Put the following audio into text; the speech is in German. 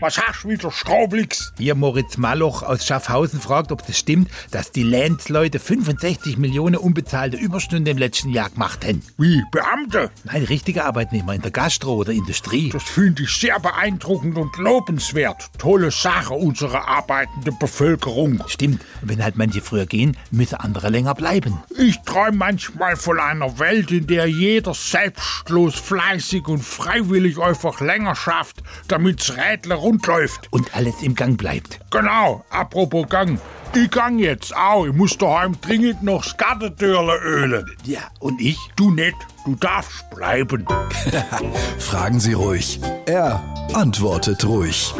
Was hast du wieder, Straublix? Hier Moritz Maloch aus Schaffhausen fragt, ob das stimmt, dass die Landsleute 65 Millionen unbezahlte Überstunden im letzten Jahr gemacht hätten. Wie, Beamte? Nein, richtige Arbeitnehmer in der Gastro oder Industrie. Das finde ich sehr beeindruckend und lobenswert. Tolle Sache, unsere arbeitende Bevölkerung. Stimmt, und wenn halt manche früher gehen, müssen andere länger bleiben. Ich träume manchmal von einer Welt, in der jeder selbstlos, fleißig und freiwillig einfach länger schafft, damit's Rädle rund läuft. Und alles im Gang bleibt. Genau, apropos Gang. Ich gang jetzt auch. Ich muss daheim dringend noch das Gartentürle ölen. Ja, und ich? Du nicht, du darfst bleiben. Fragen Sie ruhig. Er antwortet ruhig.